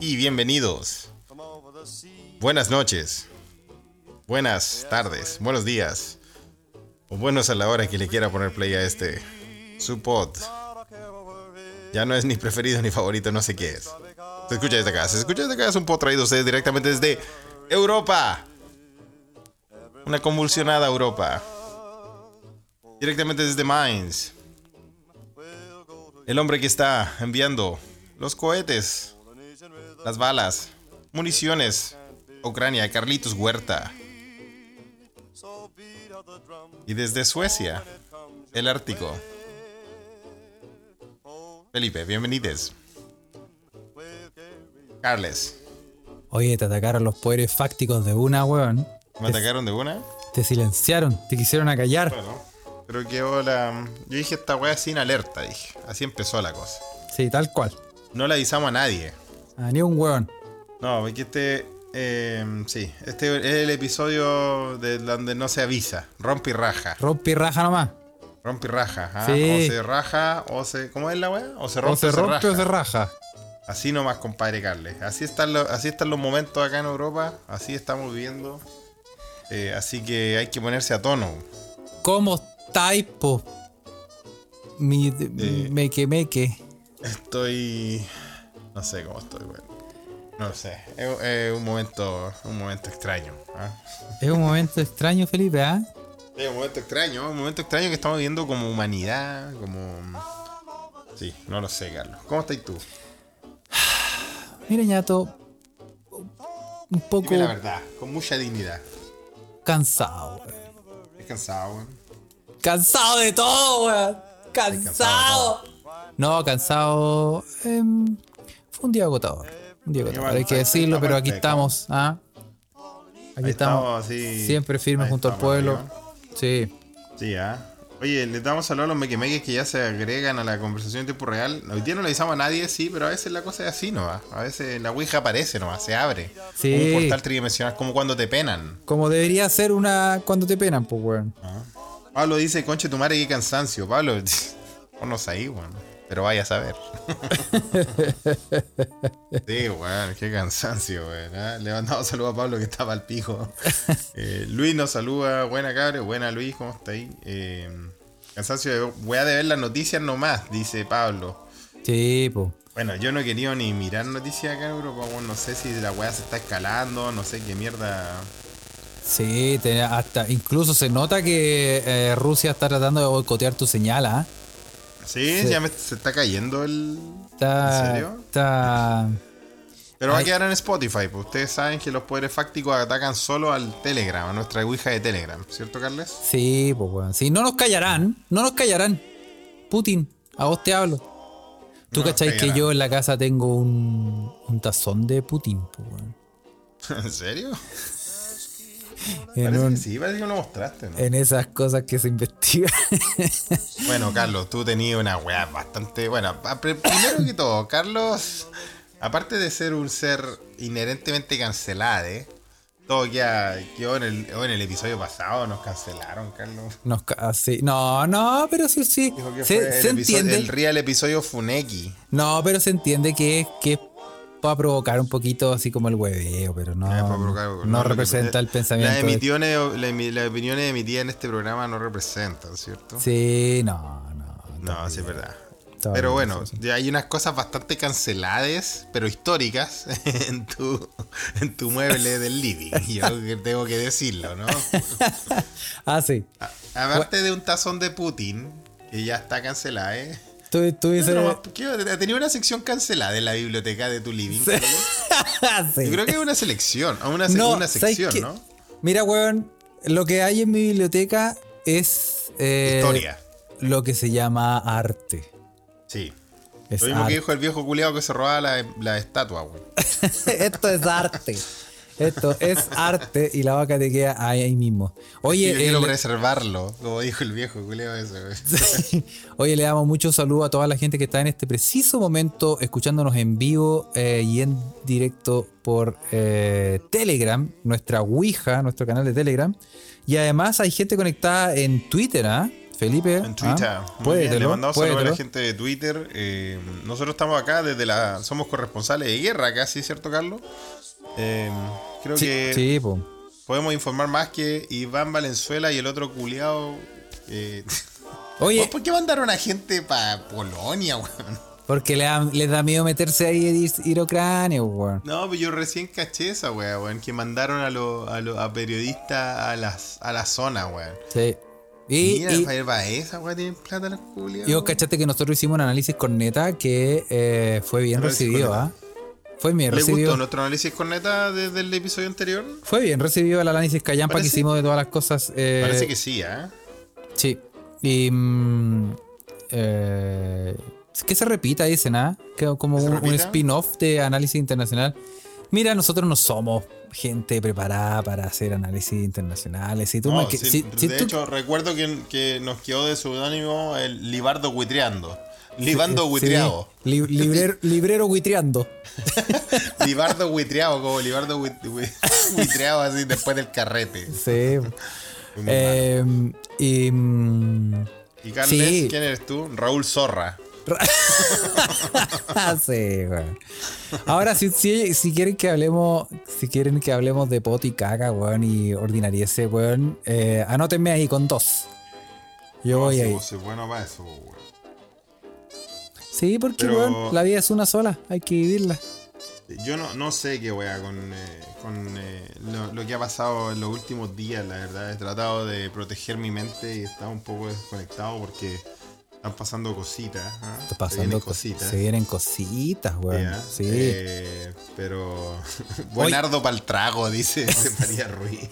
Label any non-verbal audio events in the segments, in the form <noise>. y bienvenidos. Buenas noches, buenas tardes, buenos días o buenos a la hora que le quiera poner play a este su pod. Ya no es ni preferido ni favorito, no sé qué es. Se escucha desde acá, se escucha desde acá, es un pod traído ustedes directamente desde Europa. Una convulsionada Europa. Directamente desde Mainz. El hombre que está enviando los cohetes, las balas, municiones. Ucrania, Carlitos Huerta. Y desde Suecia, el Ártico. Felipe, bienvenides. Carles, Oye, te atacaron los poderes fácticos de una, weón. ¿me atacaron de una? Te silenciaron, te quisieron acallar. Bueno. Pero que hola. Yo dije esta weá sin alerta, dije. Así empezó la cosa. Sí, tal cual. No le avisamos a nadie. Ah, ni un weón. No, porque este. eh, sí, este es el episodio de donde no se avisa. Rompe y raja. Rompe y raja nomás. Rompe y raja. ah, Sí. O se raja, o se. ¿Cómo es la weá? O se O rompe, se rompe o se raja. Así nomás, compadre Carles. Así están, los, así están los momentos acá en Europa. Así estamos viviendo. Eh, así que hay que ponerse a tono. ¿Cómo estáis, po? Mi meque meque. Estoy. No sé cómo estoy, weón. No lo sé. Es, es un momento. Un momento extraño. ¿ah? Es un momento extraño, Felipe, ¿ah? Es Eh, un momento extraño, un momento extraño que estamos viviendo como humanidad, como. Sí, no lo sé, Carlos. ¿Cómo estás tú? Mira, ñato. Un poco Dime la verdad, con mucha dignidad. cansado, weón. ¿Estás cansado, weón? Cansado de todo, weón. cansado Cansado. No, cansado. em, fue un día agotador. Un día agotador. Igual, Hay que ahí decirlo, está pero aquí parte, estamos. ¿ah? Aquí Ahí estamos. así- Siempre firmes ahí junto al estamos, pueblo. amigo. Sí. Sí, ah. Oye, les damos saludos a los mequemeques que ya se agregan a la conversación en tiempo real. Hoy día no le avisamos a nadie, sí, pero a veces la cosa es así, ¿no? ¿ah? A veces la Ouija aparece, ¿no? Se abre. Sí. Como Un portal tridimensional, como cuando te penan. Como debería ser una cuando te penan, pues, weón. Ah. Pablo dice, conche tu madre, qué cansancio. Pablo, <laughs> ponos ahí, weón. Pero vaya a saber. sí, weón, qué cansancio, weón. ¿ah? Le mandamos saludos a Pablo que estaba al pico. Eh, Luis nos saluda. Buena, cabre. Buena, Luis, ¿cómo está ahí? Eh, cansancio de weá de ver las noticias nomás, dice Pablo. Sí, po. Bueno, yo no he querido ni mirar noticias acá en Europa, weón. No sé si la weá se está escalando, no sé qué mierda. Sí, te- hasta incluso se nota que eh, Rusia está tratando de boicotear tu señal, ¿ah? Sí, Sí. ya me- se está cayendo el. Está, ¿En serio? Está. Pero va a Ay. quedar en Spotify, pues ustedes saben que los poderes fácticos atacan solo al Telegram, a nuestra Ouija de Telegram, ¿cierto Carles? <laughs> Sí, pues weón. Sí, no nos callarán, no nos callarán. Putin, a vos te hablo. Tú No nos cacháis que callarán. yo en la casa tengo un, un tazón de Putin, pues weón. ¿En serio? En, Parece un- Eh. que sí, parece que me lo mostraste, ¿no? en esas cosas que se investigan. Bueno, Carlos, tú tenías una weá bastante. Bueno, pa- pre- primero que todo, Carlos, aparte de ser un ser inherentemente cancelade, todo ya quedó en el, o en el episodio pasado, nos cancelaron, Carlos. <laughs> Nos ca- así- No, no, pero sí, sí. Dijo que fue Se, el, se episodio- entiende. el real episodio Funeki. No, pero se entiende que es que es para provocar un poquito así como el hueveo, pero no, Ah, para provocar- no, lo que- representa el pensamiento. Las de- emisiones, las emi- las opiniones emitidas en este programa no representan, ¿cierto? Sí, no, no. No, sí es verdad. Está Pero bien, bueno, sí, ya hay unas cosas bastante canceladas, pero históricas, <laughs> en tu, en tu mueble del <laughs> living. Yo que tengo que decirlo, ¿no? Ah, sí. Aparte de un tazón de Putin, que ya está cancelada, ¿eh? Tú, tú dices. Pero, <laughs> ¿qué? Ha tenido una sección cancelada en la biblioteca de tu living. Ah, Sí. Yo creo que es una selección, o una, se- una ¿sabes sección, qué? ¿no? Mira, weón, lo que hay en mi biblioteca es. eh, Historia. Lo que se llama arte. Sí. Es Lo mismo que arte. dijo el viejo culiado que se robaba la, la estatua, güey. <laughs> Esto es arte. Esto es arte y la vaca te queda ahí, ahí mismo. Oye, Yo quiero el- ¿Ah? preservarlo, como dijo el viejo culiado ese, güey. Oye, le damos mucho saludo a toda la gente que está en este preciso momento escuchándonos en vivo eh, y en directo por eh, Telegram, nuestra Ouija, nuestro canal de Telegram. Y además hay gente conectada en Twitter, ¿ah? Felipe. En Twitter. ¿ah? Muy bien, Le Puédetelo, mandamos saludos a la puédetelo. gente de Twitter. Eh, nosotros estamos acá desde la. Somos corresponsales de guerra casi, ¿cierto, Carlos? Eh, creo Sí, que sí, po. podemos informar más que Iván Valenzuela y el otro culiao. eh, <laughs> Oye, ¿Por qué mandaron a gente para Polonia, weón? porque le da- les da miedo meterse ahí y ir, ir a Ucrania, weón. No, pero yo recién caché esa, weón, weón, que mandaron a los a lo- a periodistas a, las, a la zona, weón. Sí. Y, Mira, y- Rafael Baeza, weón, tienen plata los culiados. y vos cachaste que nosotros hicimos un análisis corneta que eh, fue bien Análisis recibido, corneta. ¿ah? Fue bien ¿Le gustó recibido. nuestro análisis corneta desde el episodio anterior? Fue bien recibido el análisis callampa Parece- que hicimos de todas las cosas. eh, Parece que sí, ¿eh? Sí. Y. mm, eh, que se repita, dicen, ¿ah? Que Como ¿Que se un, un repita? spin-off de análisis internacional. Mira, nosotros no somos gente preparada para hacer análisis internacionales. Si tú No, me que- sí, si- de si tú- hecho, recuerdo que, que nos quedó de seudónimo el Libardo Huitreando. Libando sí, Huitreado. li- librer- librero huitreando. Libardo Huitreado, como Libardo Huit- Huit- Huitreado, así después del carrete. Sí. Muy malo. Eh, y. mm, <laughs> y Carles, sí. ¿quién eres tú? Raúl Zorra. ah, sí, weón. Ahora, si, si, si quieren que hablemos, si quieren que hablemos de pot y caca, weón, y ordinariese, weón, eh, anótenme ahí con dos. Yo voy ahí. Sí, bueno para eso, weón. Sí, porque Pero- weón, la vida es una sola, hay que vivirla. Yo no, no sé qué wea con, eh, con eh, lo, lo que ha pasado en los últimos días, la verdad. He tratado de proteger mi mente y estaba un poco desconectado porque están pasando cositas. ¿ah? Está Se vienen pasando cositas. Se vienen cositas, weón. ya. Sí. Eh, pero. <laughs> Buen Oye. ardo para el trago, <laughs> dice ese María Ruiz.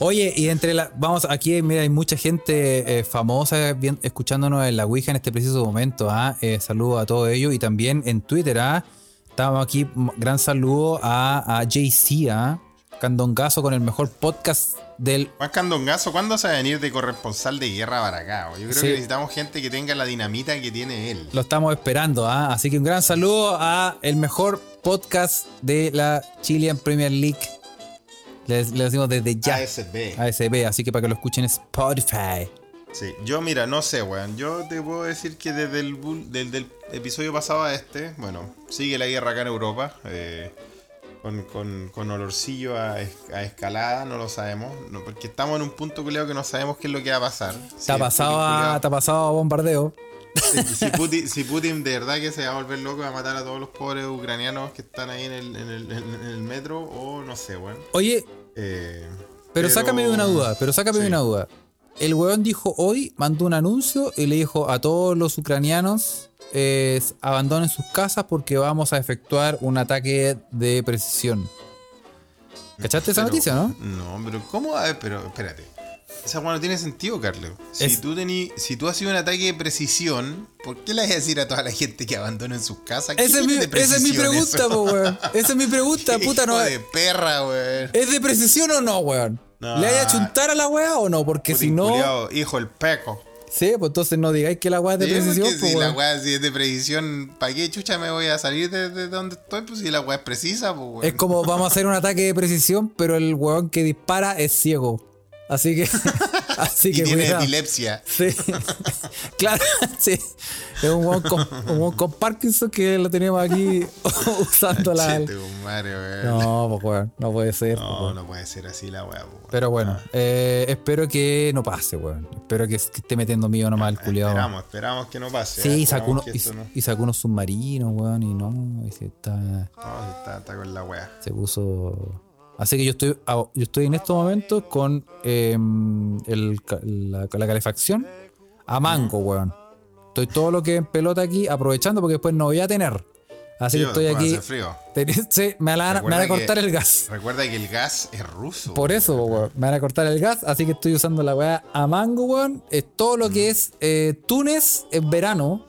Oye, y entre la. Vamos, aquí mira, hay mucha gente eh, famosa bien- escuchándonos en la Ouija en este preciso momento. ¿ah? Eh, saludo a todos ellos y también en Twitter. ¿ah? Estamos aquí. m- Gran saludo a, a JC, ¿ah? Candongazo con el mejor podcast del. Juan Candongazo, ¿cuándo se va a venir de corresponsal de guerra para acá? Yo creo Sí. que necesitamos gente que tenga la dinamita que tiene él. Lo estamos esperando. ¿ah? Así que un gran saludo a el mejor podcast de la Chilean Premier League. Les, les decimos desde ya. ASB. ASB, así que para que lo escuchen en Spotify. Sí, yo mira, no sé, weón. Yo te puedo decir que desde el, bul- desde el episodio pasado a este, bueno, sigue la guerra acá en Europa. eh, con, con- con olorcillo a, es- a escalada, no lo sabemos. no, porque estamos en un punto culiao que no sabemos qué es lo que va a pasar. Está pasado a, está pasado a bombardeo. Si, <laughs> si Putin, si Putin de verdad que se va a volver loco, va a matar a todos los pobres ucranianos que están ahí en el, en el- en el metro, o no sé, weón. Oye, Eh, Pero, sácame de una duda, pero sácame de Sí. una duda. El weón dijo hoy, mandó un anuncio y le dijo a todos los ucranianos eh, abandonen sus casas porque vamos a efectuar un ataque de precisión. ¿Cachaste esa Pero- noticia, no? No, pero ¿cómo? A ver, pero espérate. Esa weá no tiene sentido, Carlos. Si, Es- tú tení, si tú has sido un ataque de precisión, ¿por qué le vas a decir a toda la gente que abandonen sus casas? ¿Qué Esa es, mi, tiene de esa es mi precisión pregunta, eso? <laughs> po, weón. Esa es mi pregunta, Hijo puta. No, de perra, weón. ¿Es de precisión o no, weón? No. ¿Le hay a chuntar a la weá o no? Porque si Putin no. culiao, hijo el peco. Sí, pues entonces no digáis que la weá es de Sí, porque precisión, po, si la weón. weá si es de precisión, ¿para qué chucha me voy a salir de, de donde estoy? Pues si la weá es precisa, pues weón. Es como vamos a hacer un ataque de precisión, pero el huevón que dispara es ciego. Así que. <laughs> así y que tiene cuidado. epilepsia. Sí. <laughs> claro, sí. Es un huevón con, un huevón con Parkinson que lo tenemos aquí <laughs> usando la. Chete, compadre, weón. No, pues weón, no puede ser. pues, No, weón. no puede ser así la weá, pues, weón. Pero bueno, eh, espero que no pase, weón. Espero que, que esté metiendo miedo nomás el culiado. Ah, Esperamos, esperamos que no pase. Sí, eh, y sacó, esperamos uno- que y, esto no- y sacó unos submarinos, weón, y no, y se está. No, sí, está, está con la wea. se puso. Así que yo estoy, a- yo estoy en estos momentos con eh, el ca- la, con la calefacción a mango, weón. Estoy todo lo que en pelota aquí aprovechando porque después no voy a tener. Así que Sí, estoy después aquí. hace frío. teni- sí, me van a, me van a Recuerda cortar que- el gas. Recuerda que el gas es ruso. Por eso, po, weón. Me van a cortar el gas. Así que estoy usando la weá a mango, weón. Es todo lo que es eh, Túnez en verano.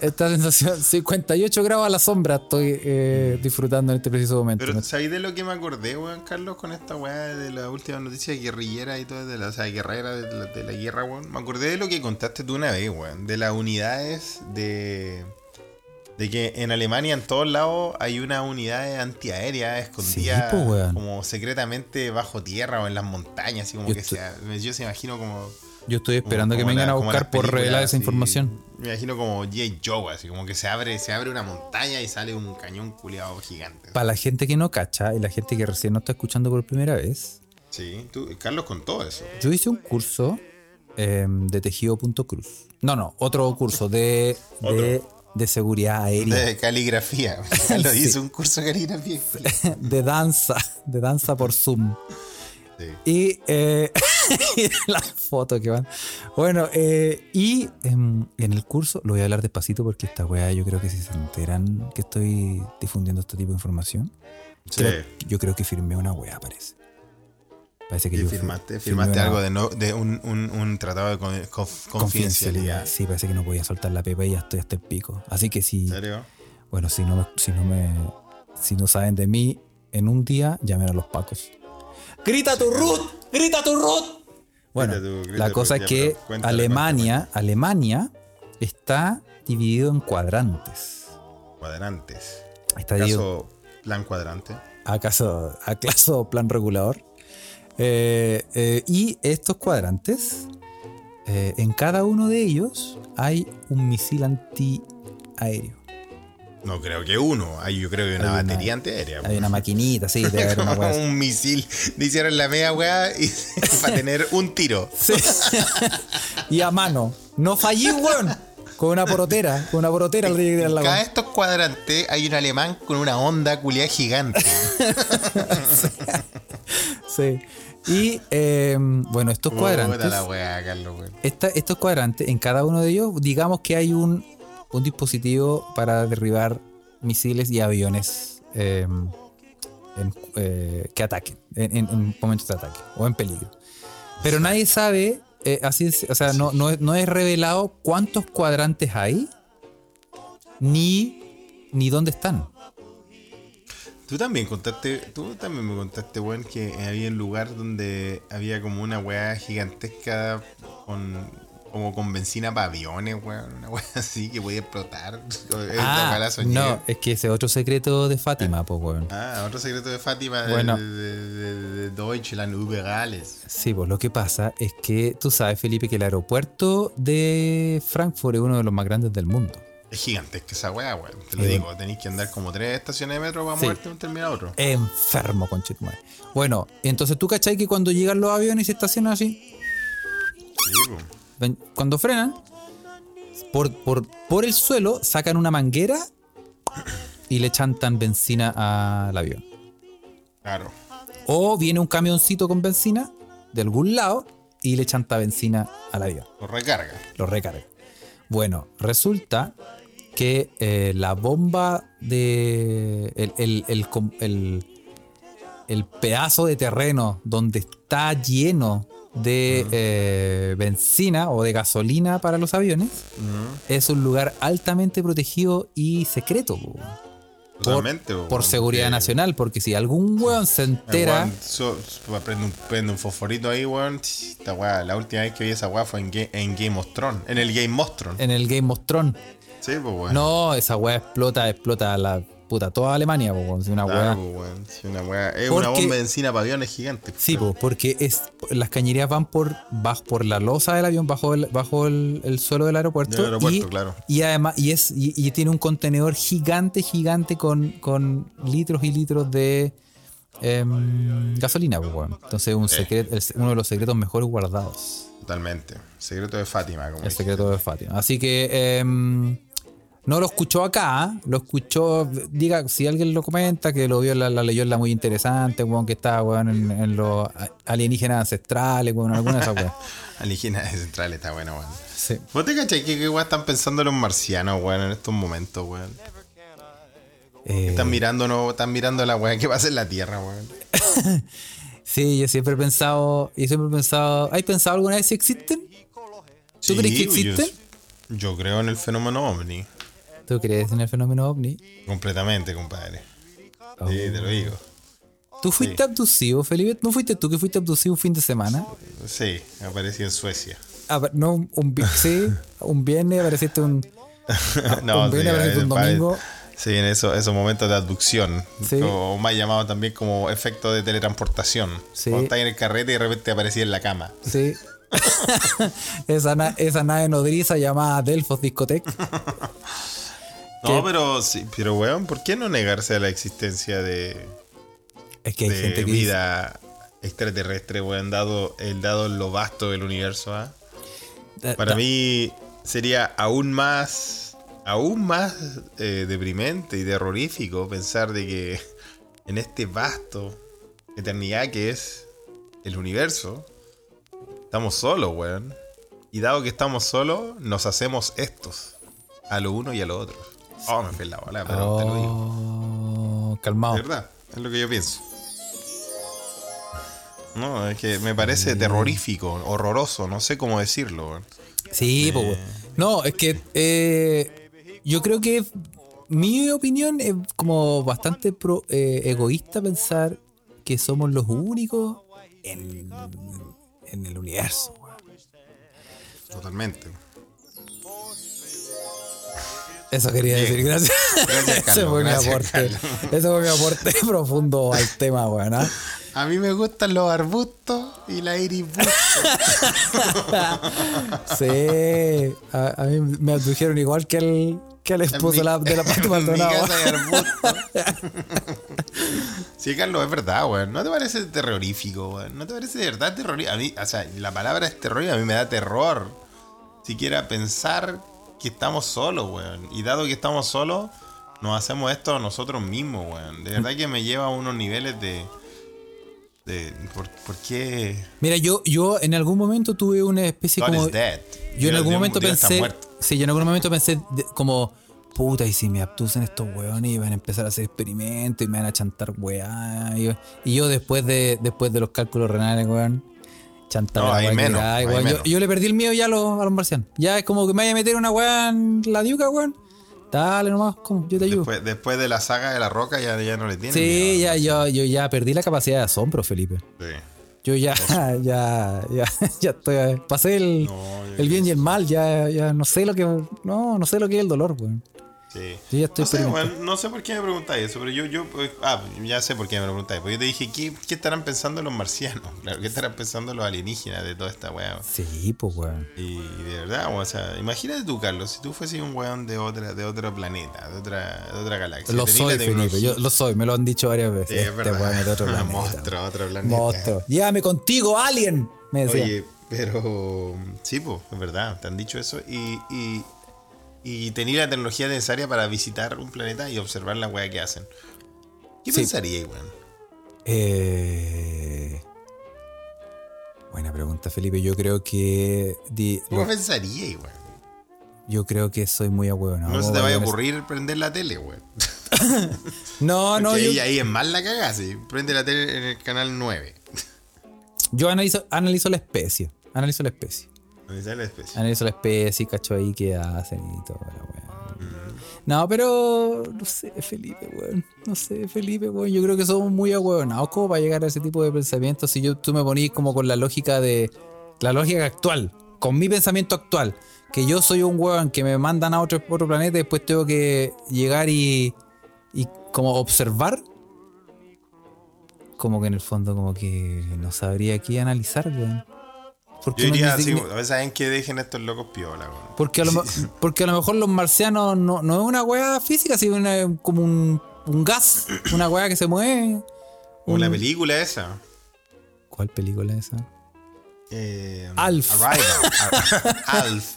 Esta sensación, <laughs> 58 grados a la sombra, estoy eh, disfrutando en este preciso momento. Pero Me- ¿sabéis de lo que me acordé, weón, Carlos, con esta weá de la última noticia guerrillera y todo, de la, o sea, guerrera de la, de la guerra, weón? Me acordé de lo que contaste tú una vez, weón, de las unidades de... De que en Alemania, en todos lados, hay una unidad antiaérea escondida Sí, po, weón. como secretamente bajo tierra o en las montañas, así como Yo que estoy- sea. Yo se imagino como Yo estoy esperando Como que me vengan la- a como buscar las por películas, revelar esa así. información. Me imagino como J. Joe, así como que se abre, se abre una montaña y sale un cañón culeado gigante. Para la gente que no cacha y la gente que recién nos está escuchando por primera vez, Sí, tú, Carlos contó eso. yo hice un curso eh, de tejido.cruz. No, no, otro curso de, de, de seguridad aérea, De <laughs> caligrafía. <laughs> Carlos Sí. hizo un curso de caligrafía. <laughs> de danza, de danza por Zoom. Sí. Y eh, <laughs> las fotos que van. Bueno, eh, y em, en el curso, lo voy a hablar despacito porque esta weá, yo creo que si se enteran que estoy difundiendo este tipo de información, Sí. creo- yo creo que firmé una weá, parece. Parece que Y yo fir- firmaste, firmé firmaste una algo de, no- de un, un- un tratado de con- conf- confidencialidad. confidencialidad. Sí, parece que no podía soltar la pepa y ya estoy hasta el pico. Así que si, ¿En serio? bueno, si no, me- si no me, si no saben de mí, en un día llamen a los pacos. ¡Grita tu Ruth! ¡Grita tu Ruth! Bueno, Grita tu- grita la tu cosa Ruth, es ya, que pero cuéntale, Alemania, Alemania está dividido en cuadrantes. Cuadrantes. Está dividido Caso plan cuadrante. acaso a clase o plan regulador. Eh, eh, y estos cuadrantes, eh, en cada uno de ellos hay un misil antiaéreo. No creo que uno. Ay, yo creo que una Hay una- batería antiaérea. Hay una maquinita, sí, <laughs> debe haber una Como hueá así. pues. un misil. Le hicieron la media weá y <laughs> para tener un tiro. Sí. y a mano. No fallí, weón. Con una porotera. Con una porotera le tiene que tirar la Cada de weón. estos cuadrantes hay un alemán con una onda culiada gigante. Sí. Y eh, bueno, estos cuadrantes. Puta la weá, Carlos, weón. esta- estos cuadrantes, en cada uno de ellos, digamos que hay un, un dispositivo para derribar misiles y aviones eh, en- eh, que ataquen, en, en- en momentos de ataque o en peligro. Pero nadie sabe, eh, así es, o sea, no, no, es- no es revelado cuántos cuadrantes hay, ni, ni dónde están. Tú también contaste, tú también me contaste, weón, que había un lugar donde había como una weá gigantesca con como con benzina para aviones, weón, una weá <laughs> así que podía explotar. Esta weá la soñé. Ah, no, es que ese otro secreto de Fátima, pues, weón. Ah, otro secreto de Fátima de- Bueno. de, de, de Deutschland, Uberales. Sí, pues lo que pasa es que tú sabes, Felipe, que el aeropuerto de Frankfurt es uno de los más grandes del mundo. Es gigantesca esa weá, weón. Te lo Sí. digo, tenéis que andar como tres estaciones de metro para Sí. moverte de un terminal a otro. Enfermo, conchetumare. Bueno, entonces tú cachai que cuando llegan los aviones y se estacionan así, Sí, po. ven- cuando frenan, por, por, por el suelo sacan una manguera y le chantan benzina al avión. Claro. O viene un camioncito con benzina de algún lado y le chanta benzina al avión. Lo recarga. lo recarga. Bueno, resulta que eh, la bomba de. El, el- el com- el- el pedazo de terreno donde está lleno de eh, benzina o de gasolina para los aviones es un lugar altamente protegido y secreto po, Totalmente, po, por weón, seguridad porque- nacional, porque si algún hueón se entera. Weón, so- so- prende, un, prende un fosforito ahí, weón. Esta weá, la última vez que vi esa weá fue en, Ga- en Game of Thrones. En el Game of Thrones. En el Game of Thrones. Sí, pues weón. Eh, No, esa weá explota, explota a la puta, toda Alemania, po, weón, si una Claro, weá. pues, weón. Sí, una weá. Es una Porque- bomba de encina para aviones gigantes. Sí, po, porque es, las cañerías van por, bajo, por la losa del avión, bajo el, bajo el, el suelo del aeropuerto. Del aeropuerto, y, claro. y además, y, es, y, y tiene un contenedor gigante, gigante con, con litros y litros de em, gasolina. po, weón. Entonces, un secreto, es uno de los secretos mejor guardados. Totalmente. Secreto de Fátima, como El dije. secreto de Fátima. Así que em, no lo escuchó acá, ¿eh? lo escuchó, diga, si alguien lo comenta, que lo vio, la, la leyó en la muy interesante, weón, que está, weón, en, en los a- alienígenas ancestrales, weón, alguna de esas <laughs> weón. Alienígena de central está bueno, weón. Sí. ¿Vos te cachai que qué weá están pensando los marcianos, weón, en estos momentos, weón? Eh, Están mirando, no, están mirando la weá que pasa en la Tierra, weón. sí, yo siempre he pensado, yo siempre he pensado, ¿hay pensado alguna vez si existen? ¿Tú crees que pues, yo- existen? Yo creo en el fenómeno ovni. ¿Tú crees en el fenómeno ovni? Completamente, compadre. Oh. Sí, te lo digo. ¿Tú fuiste abducido, Felipe? ¿No fuiste tú que fuiste abducido un fin de semana? Sí, apareció en Suecia. Ah, pero no, <laughs> un, vi- sí, un viernes apareciste un... Ah, un viernes sí, apareciste un pare- domingo. Sí, en eso- esos momentos de abducción. Sí. O más llamado también como efecto de teletransportación. Sí. Cuando estás en el carrete y de repente aparecías en la cama. Sí. <laughs> esa, na- esa nave nodriza llamada Delfos Discotec. No, pero sí, pero weón, ¿por qué no negarse a la existencia de, Es que hay de gente que dice- vida extraterrestre, weón, dado, el dado lo vasto del universo, ¿ah? da- Para Eh, da- mí sería aún más, aún más eh, deprimente y terrorífico pensar de que <laughs> en este vasto eternidad que es el universo, estamos solos, weón. Y dado que estamos solos, nos hacemos estos, a lo uno y a lo otro. Oh, me fue la bola, pero te lo digo. Oh, De calmado. verdad, es lo que yo pienso. No, es que me parece terrorífico, horroroso, no sé cómo decirlo, weón. Sí, pues, eh. weón. No, es que eh, yo creo que mi opinión es como bastante pro- eh, egoísta pensar que somos los únicos en, en el universo. weón. Totalmente. Eso quería Bien. decir, gracias. <laughs> Gracias, Ese Carlos, fue mi gracias, aporte. Carlos. Ese fue mi aporte <laughs> profundo al tema, weón. ¿ah? A mí me gustan los arbustos y la iris Sí, a, a mí me abdujeron igual que el, que el Pues, esposo de <laughs> la, <laughs> de la Pati Maldonado. Sí, Carlos, es verdad, weón. ¿No te parece terrorífico, weón? ¿No te parece de verdad terrorífico? A mí, o sea, la palabra es terror y a mí me da terror. Siquiera pensar que estamos solos, weón. Y dado que estamos solos, nos hacemos esto a nosotros mismos, weón. De verdad que me lleva a unos niveles de... de ¿por, por qué? Mira, yo, yo en algún momento tuve una especie God como. is dead. Yo en algún Dios- momento Dios está pensé. muerto. Sí, yo en algún momento pensé de- como. Puta, y si me abducen estos weones y van a empezar a hacer experimentos y me van a chantar weá. Y, y yo después de, después de los cálculos renales, weón. Chantar No, la ahí weá que menos, era, ahí weón. Yo, menos. yo le perdí el miedo ya a los, a los marcianos. Ya es como que me vaya a meter una weá en la diuca, weón. Dale nomás, como, yo te ayudo. Después, después de la saga de la roca ya, ya no le tienen. sí, miedo, ya, yo, yo ya perdí la capacidad de asombro, Felipe. ¿no? Sí. Yo ya, <laughs> ya, ya, ya estoy. eh, Pasé el, No, yo- el bien y el mal, ya, ya no sé lo que. No, no sé lo que es el dolor, weón. Sí. Yo ya estoy no, sé, experimentando. weón, no sé por qué me preguntáis eso, pero yo, yo pues, ah, ya sé por qué me lo preguntáis. Porque yo te dije, ¿qué, qué estarán pensando los marcianos? <laughs> Claro, ¿qué estarán pensando los alienígenas de toda esta weá? Sí, pues, weón. Y, y de verdad, weón, o sea, imagínate tú, Carlos, si tú fueses un weón de otra, de otro planeta, de otra, de otra galaxia. Lo tenés soy, la Felipe, tecnología- yo lo soy, me lo han dicho varias Sí, veces. es este verdad. weón es <laughs> de otro planeta. Monstruo, otro planeta. Monstruo. Llévame contigo, alien. Me decía. Oye, pero sí, pues, es verdad, te han dicho eso. Y, y, y tener la tecnología necesaria para visitar un planeta y observar la weá que hacen. ¿Qué Sí. pensaría, weón? Eh, Buena pregunta, Felipe. Yo creo que. di- ¿Cómo pensaría, weón? yo creo que soy muy a No, se te vaya a ocurrir prender la tele, weón. Ah, No, no, Porque yo, ahí, ahí es más la cagada, sí. Prende la tele en el canal 9. yo analizo, analizo la especie. Analizo la especie. Donde sale la especie. Analizo la especie, cacho ahí que hacen y todo, la weá. Mm. No, pero no sé, Felipe, weón. No sé, Felipe, weón. Yo creo que somos muy ahueonados como para llegar a ese tipo de pensamientos. Si yo, tú me ponís como con la lógica de. La lógica actual, con mi pensamiento actual, que yo soy un weón que me mandan a otro, otro planeta y después tengo que llegar y. y como observar. Como que en el fondo, como que no sabría qué analizar, weón. Porque Yo uno diría ni así, siquiera- a veces saben que dejen a estos locos piola, weón. porque a, lo, Sí. me- porque a lo mejor los marcianos no, no es una weá física, sino una- como un, un gas, una weá que se mueve. O la Un- película esa. ¿Cuál película es esa? Eh, Alf. Arrival. Ar- <laughs> Alf.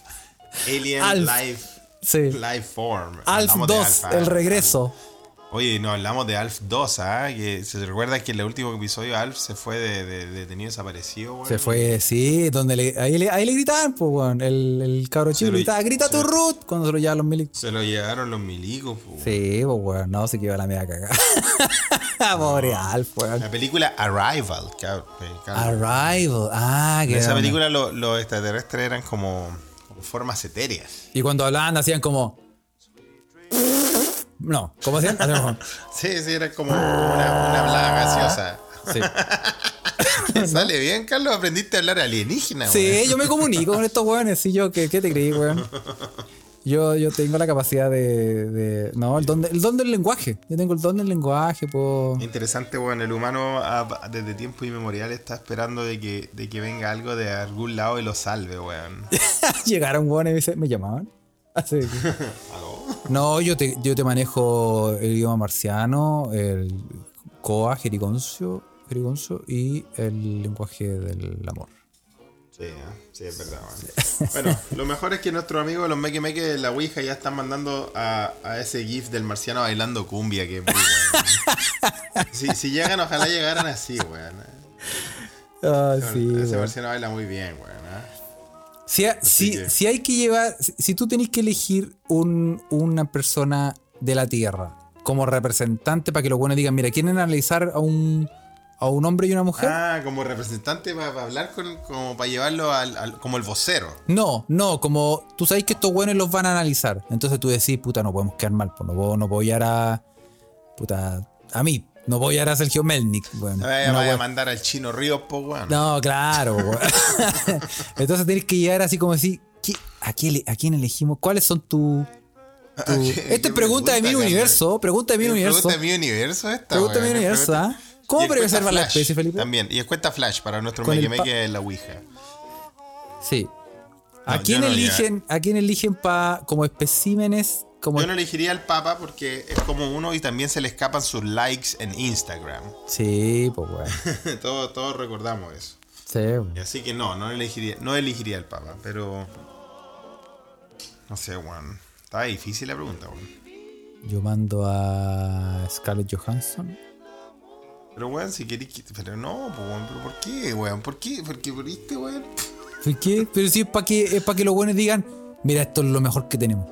Alien Alf. Life. Sí. Life Form. Alf Hablamos de 2, Alf, el Alf, regreso. Alf. Oye, no hablamos de Alf 2, ¿ah? Que se recuerda que en el último episodio Alf se fue de, de- detenido desaparecido, weón. Se fue, sí, donde le, ahí, le, ahí le gritaban, pues, weón. El, el cabro chico lo- gritaba, grita se- tu root cuando se lo llevan los milicos. Se lo llevaron los milicos, po, weón. Sí, pues, weón, no, se que iba a la <laughs> media cagada. Ah, Pobre Alf, weón. La película Arrival, cab- eh, cabrón. Arrival, ah, que En esa era una- película lo- los extraterrestres eran como, como formas etéreas. Y cuando hablaban hacían como. <laughs> No, ¿cómo hacían? Hacían <laughs> como- Sí, sí, era como una, una hablada <laughs> gaseosa. <laughs> Sí. ¿Te sale bien, Carlos? Aprendiste a hablar alienígena, Sí, weón. yo me comunico con estos weones. Sí, yo, ¿qué, qué te creí, weón? Yo, yo tengo la capacidad de. de- no, el don, de- el don del lenguaje. Yo tengo el don del lenguaje, <laughs> po. Interesante, bueno, el humano ah, desde tiempo inmemorial está esperando de que, de que venga algo de algún lado y lo salve, <laughs> weón. Llegaron, weón, y me, dice, me llamaban. Así que- ¿Aló? no, yo te, yo te manejo el idioma marciano, el coa, jerigoncio, jerigoncio y el lenguaje del amor. Sí, ¿eh? sí, es verdad. Bueno. Bueno, lo mejor es que nuestros amigos los Meque Meque de la Ouija ya están mandando a, a ese GIF del marciano bailando cumbia, que es muy bueno. si, si llegan, ojalá llegaran así, weón. ¿eh? Ah, sí. ese weón. marciano baila muy bien, weón. ¿eh? Si, ha- si- que- si hay que llevar, si, si tú tenés que elegir un- una persona de la Tierra como representante para que los buenos digan, mira, ¿quieren analizar a un, a un hombre y una mujer? Ah, como representante para hablar con, como para llevarlo al, al- como el vocero. No, no, como tú sabes que estos buenos los van a analizar. Entonces tú decís, puta, no podemos quedar mal, pues no puedo, no puedo hallar a. Puta, a mí, no puedo hallar a Sergio Melnik. Bueno, No vaya, no, vaya a weón. mandar al chino Ríos, po, weón. No, <laughs> claro. weón. Entonces tienes que llegar así como decir, ¿qué- a, qué le- a quién elegimos? ¿Cuáles son tus... <laughs> ¿Qué- qué Esta es pregunta de mi carnal? universo, pregunta de mi universo. Pregunta de mi universo esta. Pregunta de mi weón, es universo, pregunta- ¿ah? ¿Cómo Y encuesta preservar la Flash especie, Felipe? También. Y cuenta Flash para nuestro Con el Meque pa- Meque de la Ouija. Sí. ¿A No, quién yo no haría- eligen, a quién eligen pa, como especímenes? Como, Yo no elegiría al Papa porque es como uno y también se le escapan sus likes en Instagram. <laughs> Sí, pues weón. todos, todos recordamos eso. Sí. weón. Y Así que no, no elegiría, no elegiría al Papa, pero. No sé, weón. Está difícil la pregunta, weón. Yo mando a Scarlett Johansson. Pero weón, si querés que- Pero no, po, weón, pero ¿por qué, weón? ¿Por qué? Porque por este, weón. ¿Por qué? Pero sí es para que, es pa' que los buenos digan, mira, esto es lo mejor que tenemos.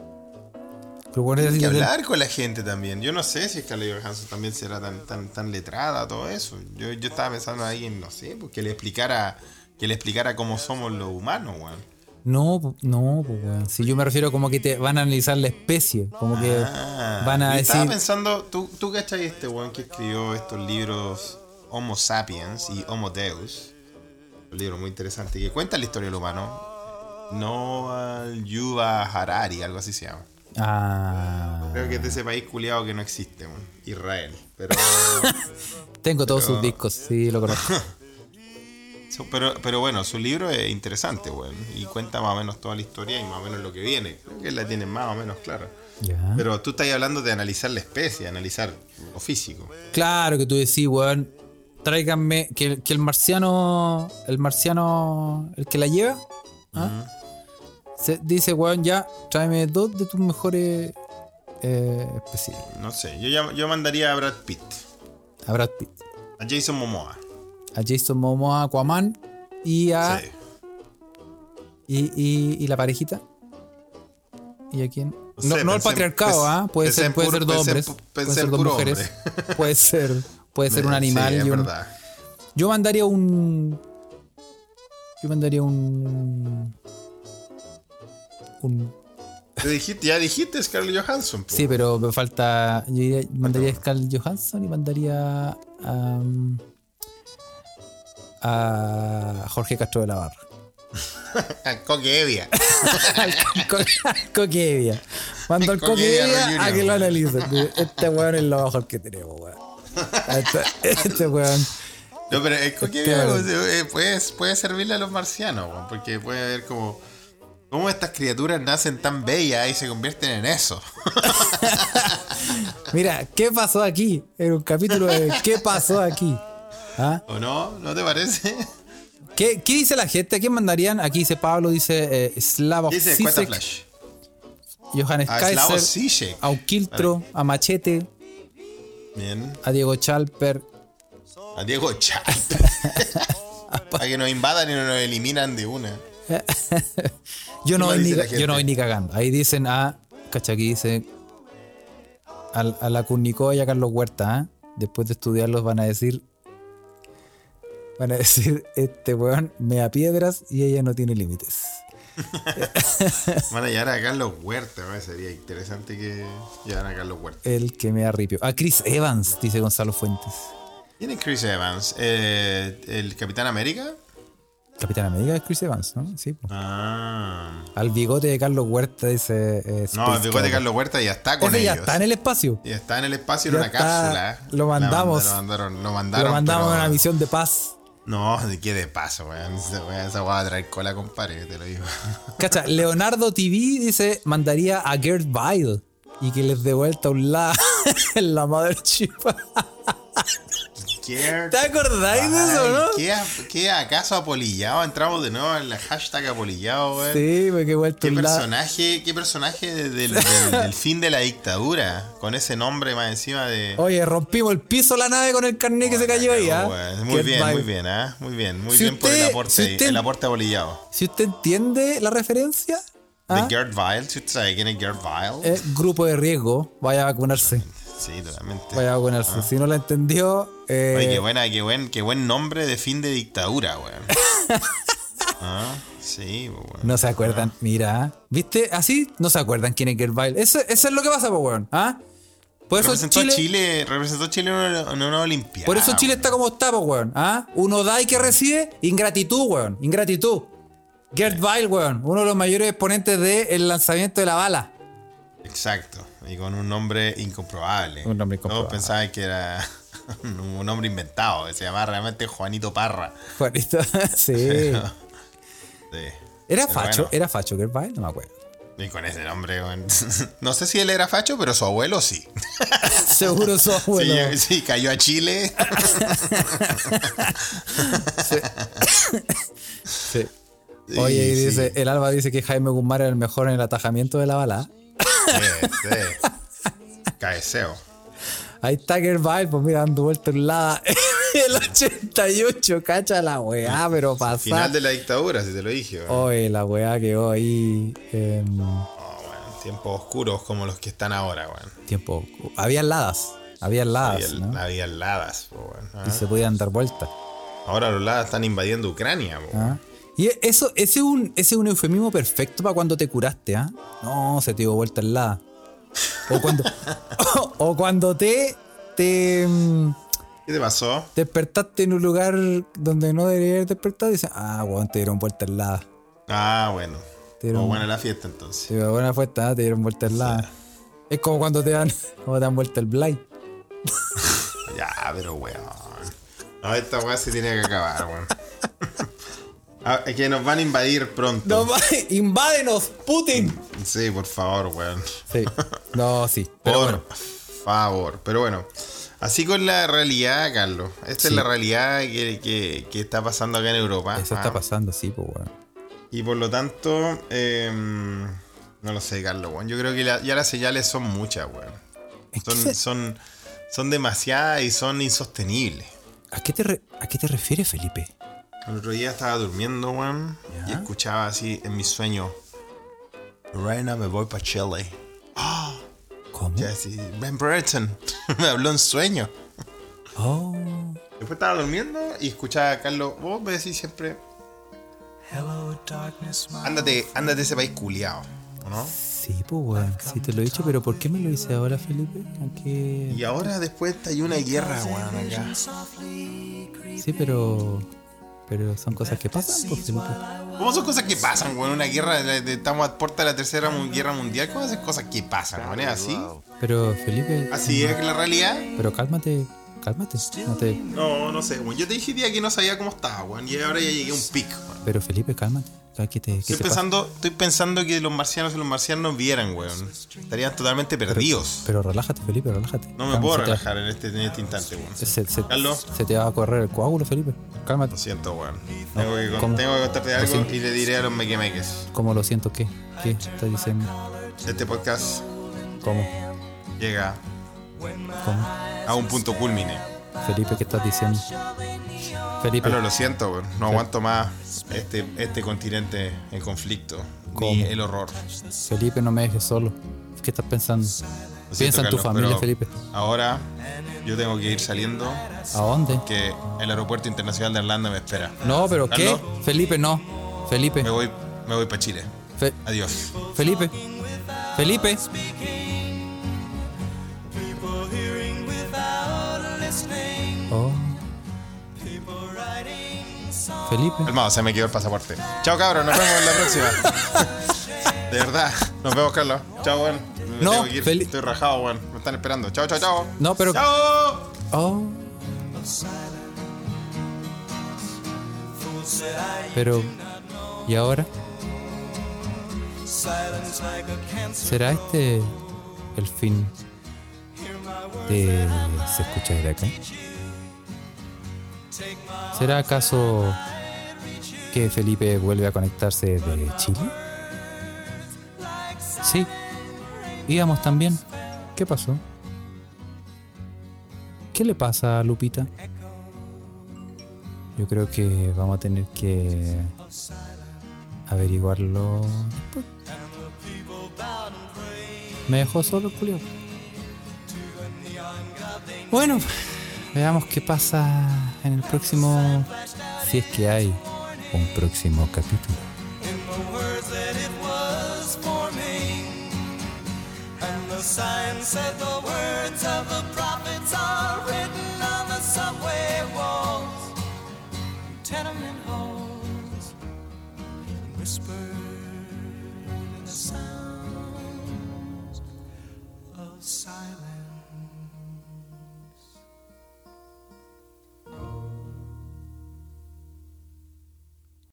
Pero bueno, Hay así que dicen, hablar con la gente también. Yo no sé si Scarlett Johansson también será tan, tan, tan letrada, todo eso. Yo, yo estaba pensando en alguien, no sé, pues que le explicara, que le explicara cómo somos los humanos, weón. No, po- no, pues weón. Si yo me refiero como que te van a analizar la especie, como que Ah, van a yo Estaba decir. pensando, tú, tú cachai este weón que escribió estos libros Homo Sapiens y Homo Deus. Un libro muy interesante que cuenta la historia del humano. Noal Yuva Harari, algo así se llama. Ah, Creo que es de ese país culiado que no existe, weón. Israel. Pero, tengo todos pero- sus discos, sí, lo <laughs> conozco. so- pero, pero bueno, su libro es interesante, weón. Y cuenta más o menos toda la historia y más o menos lo que viene. Creo que la tienen más o menos clara. Ya. Pero tú estás hablando de analizar la especie, analizar lo físico. Claro que tú decís, weón, tráiganme que, el- que el marciano, el marciano, el que la lleva, ¿ah? se dice, weón, ya, tráeme dos de tus mejores eh, especies. No sé, yo, llam- yo mandaría a Brad Pitt, A Brad Pitt, a Jason Momoa. a Jason Momoa, Aquaman y a Sí. y, y- y la parejita. ¿Y a quién? No No, sé, no el pensé- patriarcado, pens- ¿ah? Puede pensé ser, en puede puro- ser dos pensé en hombres. pu- Puede pensé ser en dos puro <laughs> mujeres. Puede ser. Puede ser un Sí, animal es y un. verdad. Yo mandaría un. Yo mandaría un. Un. Te dijiste- ya dijiste Scarlett Johansson. po. Sí, pero me falta. Yo diría- mandaría a Scarlett Johansson y mandaría a. a Jorge Castro de la Barra. A Coque Evia. al co- al Coquevia. Mando al Coquevia Coquevia a Reunion, que lo weón. analicen. Este weón es lo mejor que tenemos, weón. Este, este weón. No, pero el Coque Evia Claro. pues, eh, puede, puede servirle a los marcianos, weón, porque puede ver como... ¿Cómo estas criaturas nacen tan bellas y se convierten en eso? Mira, ¿qué pasó aquí? Era un capítulo de ¿Qué pasó aquí? ¿Ah? ¿O no? ¿No te <laughs> parece? ¿Qué, qué dice la gente? ¿A quién mandarían? Aquí dice Pablo, dice eh, Slavoj Dice, cuenta Zizek, Flash. Johannes A Slavoj Kaiser, Zizek. a Uquiltro, a Machete, Bien. a Diego Chalper. A Diego Chap. <laughs> a que nos invadan y nos eliminan de una. Yo ¿Qué más no, voy ni, dice la yo no gente? voy ni cagando. Ahí dicen a. Cacha, aquí dice. al- A, la Cunico y a Carlos Huerta, ¿ah? Después de estudiarlos van a decir. Van a decir, este weón me da piedras y ella no tiene límites. Van a llegar a Carlos Huerta, ¿no? sería interesante que llegaran a Carlos Huerta. El que me da ripio. A Chris Evans, dice Gonzalo Fuentes. ¿Quién es Chris Evans? Eh, ¿El Capitán América? Capitán América es Chris Evans, ¿no? Sí. po. Ah. Al bigote de Carlos Huerta dice. eh, No, el Space bigote de Cowboy. Carlos Huerta ya está con Ese ya ellos. está en el espacio. Ya está en el espacio en Ya una está. cápsula. Lo mandamos. Lo mandaron, lo mandaron. Lo mandamos pero- a una misión de paz. No, de qué de paso, weón. Esa weá esa weá va a traer cola, compadre, te lo digo. Cacha, Leonardo TV dice: mandaría a Gert Bile y que les dé vuelta un la <laughs> en la mothership. ¿Qué? ¿Te acordáis de eso, no? ¿Qué, qué acaso apolillado? Entramos de nuevo en la hashtag apolillado, weón. Sí, porque vuelta ¿Qué un la. personaje, qué personaje del, <laughs> del- del fin de la dictadura? Con ese nombre más encima de. Oye, rompimos el piso de la nave con el carnet que Oh, se cayó ahí, ¿ah? Weón, Muy Gert bien, Bile. muy bien, ¿ah? Muy bien, muy Si bien por el usted- aporte, si ahí, usted- el aporte apolillado. Si usted entiende la referencia, ¿ah? De Gerd Vile, ¿tú sabes quién es Gerd Vile? Eh, grupo de riesgo, vaya a vacunarse. sí, totalmente. Vaya a vacunarse. Si no la entendió, eh, Ah. Oye, qué buena, qué buen, qué buen nombre de fin de dictadura, <laughs> weón. ah, sí, pues, weón. no se acuerdan. Mira, ¿ah? ¿viste? Así no se acuerdan quién es Gervail. Eso, eso es lo que pasa, po, weón. ¿Ah? Por eso Representó a Chile, Chile, representó a Chile en una, en una olimpiada. por eso Chile weón. está como está, po, weón. ¿Ah? Uno da y que recibe ingratitud, weón. Ingratitud. Gert Weil, weón. Uno de los mayores exponentes del lanzamiento de la bala. <laughs> Exacto. Y con un nombre incomprobable. Un nombre incomprobable. Todos pensaban que era <laughs> un nombre inventado, que se llamaba realmente Juanito Parra. Juanito. <laughs> sí. Pero- <laughs> sí. Pero Era facho, bueno, era facho Gert Weil, no me acuerdo. <laughs> Y con ese nombre, weón. <laughs> No sé si él era facho, pero su abuelo sí. Seguro su abuelo. Sí, sí, cayó a Chile. Sí. <laughs> Sí, <laughs> Oye, y sí. dice, el Alba dice que Jaime Guzmán era el mejor en el atajamiento de la bala. Sí, sí. <laughs> Caeseo. Ahí está Gervais, pues mira, dando vuelta en la <laughs> el 88, cacha la weá, pero Final pasar. de la dictadura, si te lo dije. weón. Oye, la weá quedó ahí. Eh, Oh, weón, Tiempos oscuros como los que están ahora, weón. tiempo. Había ladas, había Había, ladas, ¿no? había ladas, po, weón. Ah. Y se podían dar vueltas. Ahora los ladas están invadiendo Ucrania, po, weón. ¿ah? Y eso, ese es un, ese es un eufemismo perfecto para cuando te curaste, ¿ah? No, se te dio vuelta en la. O <laughs> cuando. o cuando te. te. mm, ¿Qué te pasó? despertaste en un lugar donde no deberías haber despertado y dices, ah, weón, te dieron vuelta al lado. Ah, bueno. Te dieron- Fue buena la fiesta entonces. Sí, pero buena fuerza, te dieron vuelta al lado. Es como cuando te dan, <laughs> como te dan vuelta el blind. Ya, pero weón. No, esta weá se tiene que acabar, <laughs> weón. Ah, es que nos van a invadir pronto. No, <laughs> invádenos, Putin. Sí, por favor, weón. Sí, no, sí. Por Pero bueno, favor. Pero bueno, así con la realidad, Carlos. Esta es la realidad que, que- que está pasando acá en Europa. eso Ah, está pasando, sí, pues bueno. Y por lo tanto, em, no lo sé, Carlos, weón. Yo creo que la- ya las señales son muchas, weón. Es que Son, se- son, son demasiadas y son insostenibles. ¿A qué, te re- ¿A qué te refieres, Felipe? El otro día estaba durmiendo, weón, y Ya. escuchaba así en mis sueños. Reina, me voy para Chile. ¿Cómo? Ya así, Ben Brereton <laughs> me habló en sueño. Oh. Después estaba durmiendo y escuchaba a Carlos, vos me decís siempre, ándate, ándate a ese país culiao, ¿o ¿no? Sí, pues bueno, sí te lo he dicho, pero ¿por qué me lo dices ahora, Felipe? ¿A qué? Y ahora después hay una guerra, weón, acá. Sí, pero. Pero son cosas que pasan, pues, Felipe. ¿Cómo son cosas que pasan, weón? Una guerra, de- de- estamos a puerta de la tercera mu- guerra mundial. ¿Cómo son cosas que pasan, weón? ¿Es así? Pero Felipe, ¿Así es la realidad? pero cálmate, cálmate. No te, No, no sé, weón. Yo te dije día que no sabía cómo estaba, weón. Y ahora ya llegué a un pico, weón. pero Felipe, cálmate. ¿Sabes ¿Qué te, qué Estoy te pasa? pensando, estoy pensando que los marcianos y los marcianos vieran, weón. Estarían totalmente perdidos. Pero relájate, Felipe, relájate. No me Calma, puedo se te va- relajar en este, en este instante, weón. Se, se- Carlos. se te va a correr el coágulo, Felipe. Cálmate. Lo siento, weón. Tengo que, con- ¿Cómo? tengo que contarte algo siento. y le diré a los mequemeques. ¿Cómo lo siento? ¿Qué? ¿Qué estás diciendo? Este podcast ¿Cómo? llega ¿Cómo? a un punto culmine. Felipe, ¿qué estás diciendo? Felipe, Pero lo siento, weón. no aguanto más este, este continente en conflicto. Ni ¿Cómo? el horror. Felipe, no me dejes solo. ¿Qué estás pensando? Lo siento, Piensa en tu Carlos, familia, pero Felipe. Ahora yo tengo que ir saliendo, ¿A dónde? que el aeropuerto internacional de Irlanda me espera. No, pero ¿qué? Carlos. Felipe, no. Felipe, Me voy, me voy para Chile. Fe- Adiós. Felipe, Felipe. Oh. Felipe. Calmado, se me quedó el pasaporte. Chao, cabrón. Nos vemos en la <laughs> próxima. De verdad. Nos vemos, Carlos. Chao, weón. Me No, tengo que ir. Feli- Estoy rajado, weón. Me están esperando. Chao, chao, chao. No, pero- ¡Chao! Oh. Pero, ¿y ahora? ¿Será este el fin de se escucha desde acá? ¿Será acaso que Felipe vuelve a conectarse de Chile? Sí, íbamos también. ¿Qué pasó? ¿Qué le pasa a Lupita? Yo creo que vamos a tener que averiguarlo después. Me dejó solo, Julio. Bueno, veamos qué pasa en el próximo, si es que hay un próximo capítulo. in the words that it was forming. And the sign said the words of the prophets are written on the subway walls, and tenement halls, and whispered in the sounds of silence.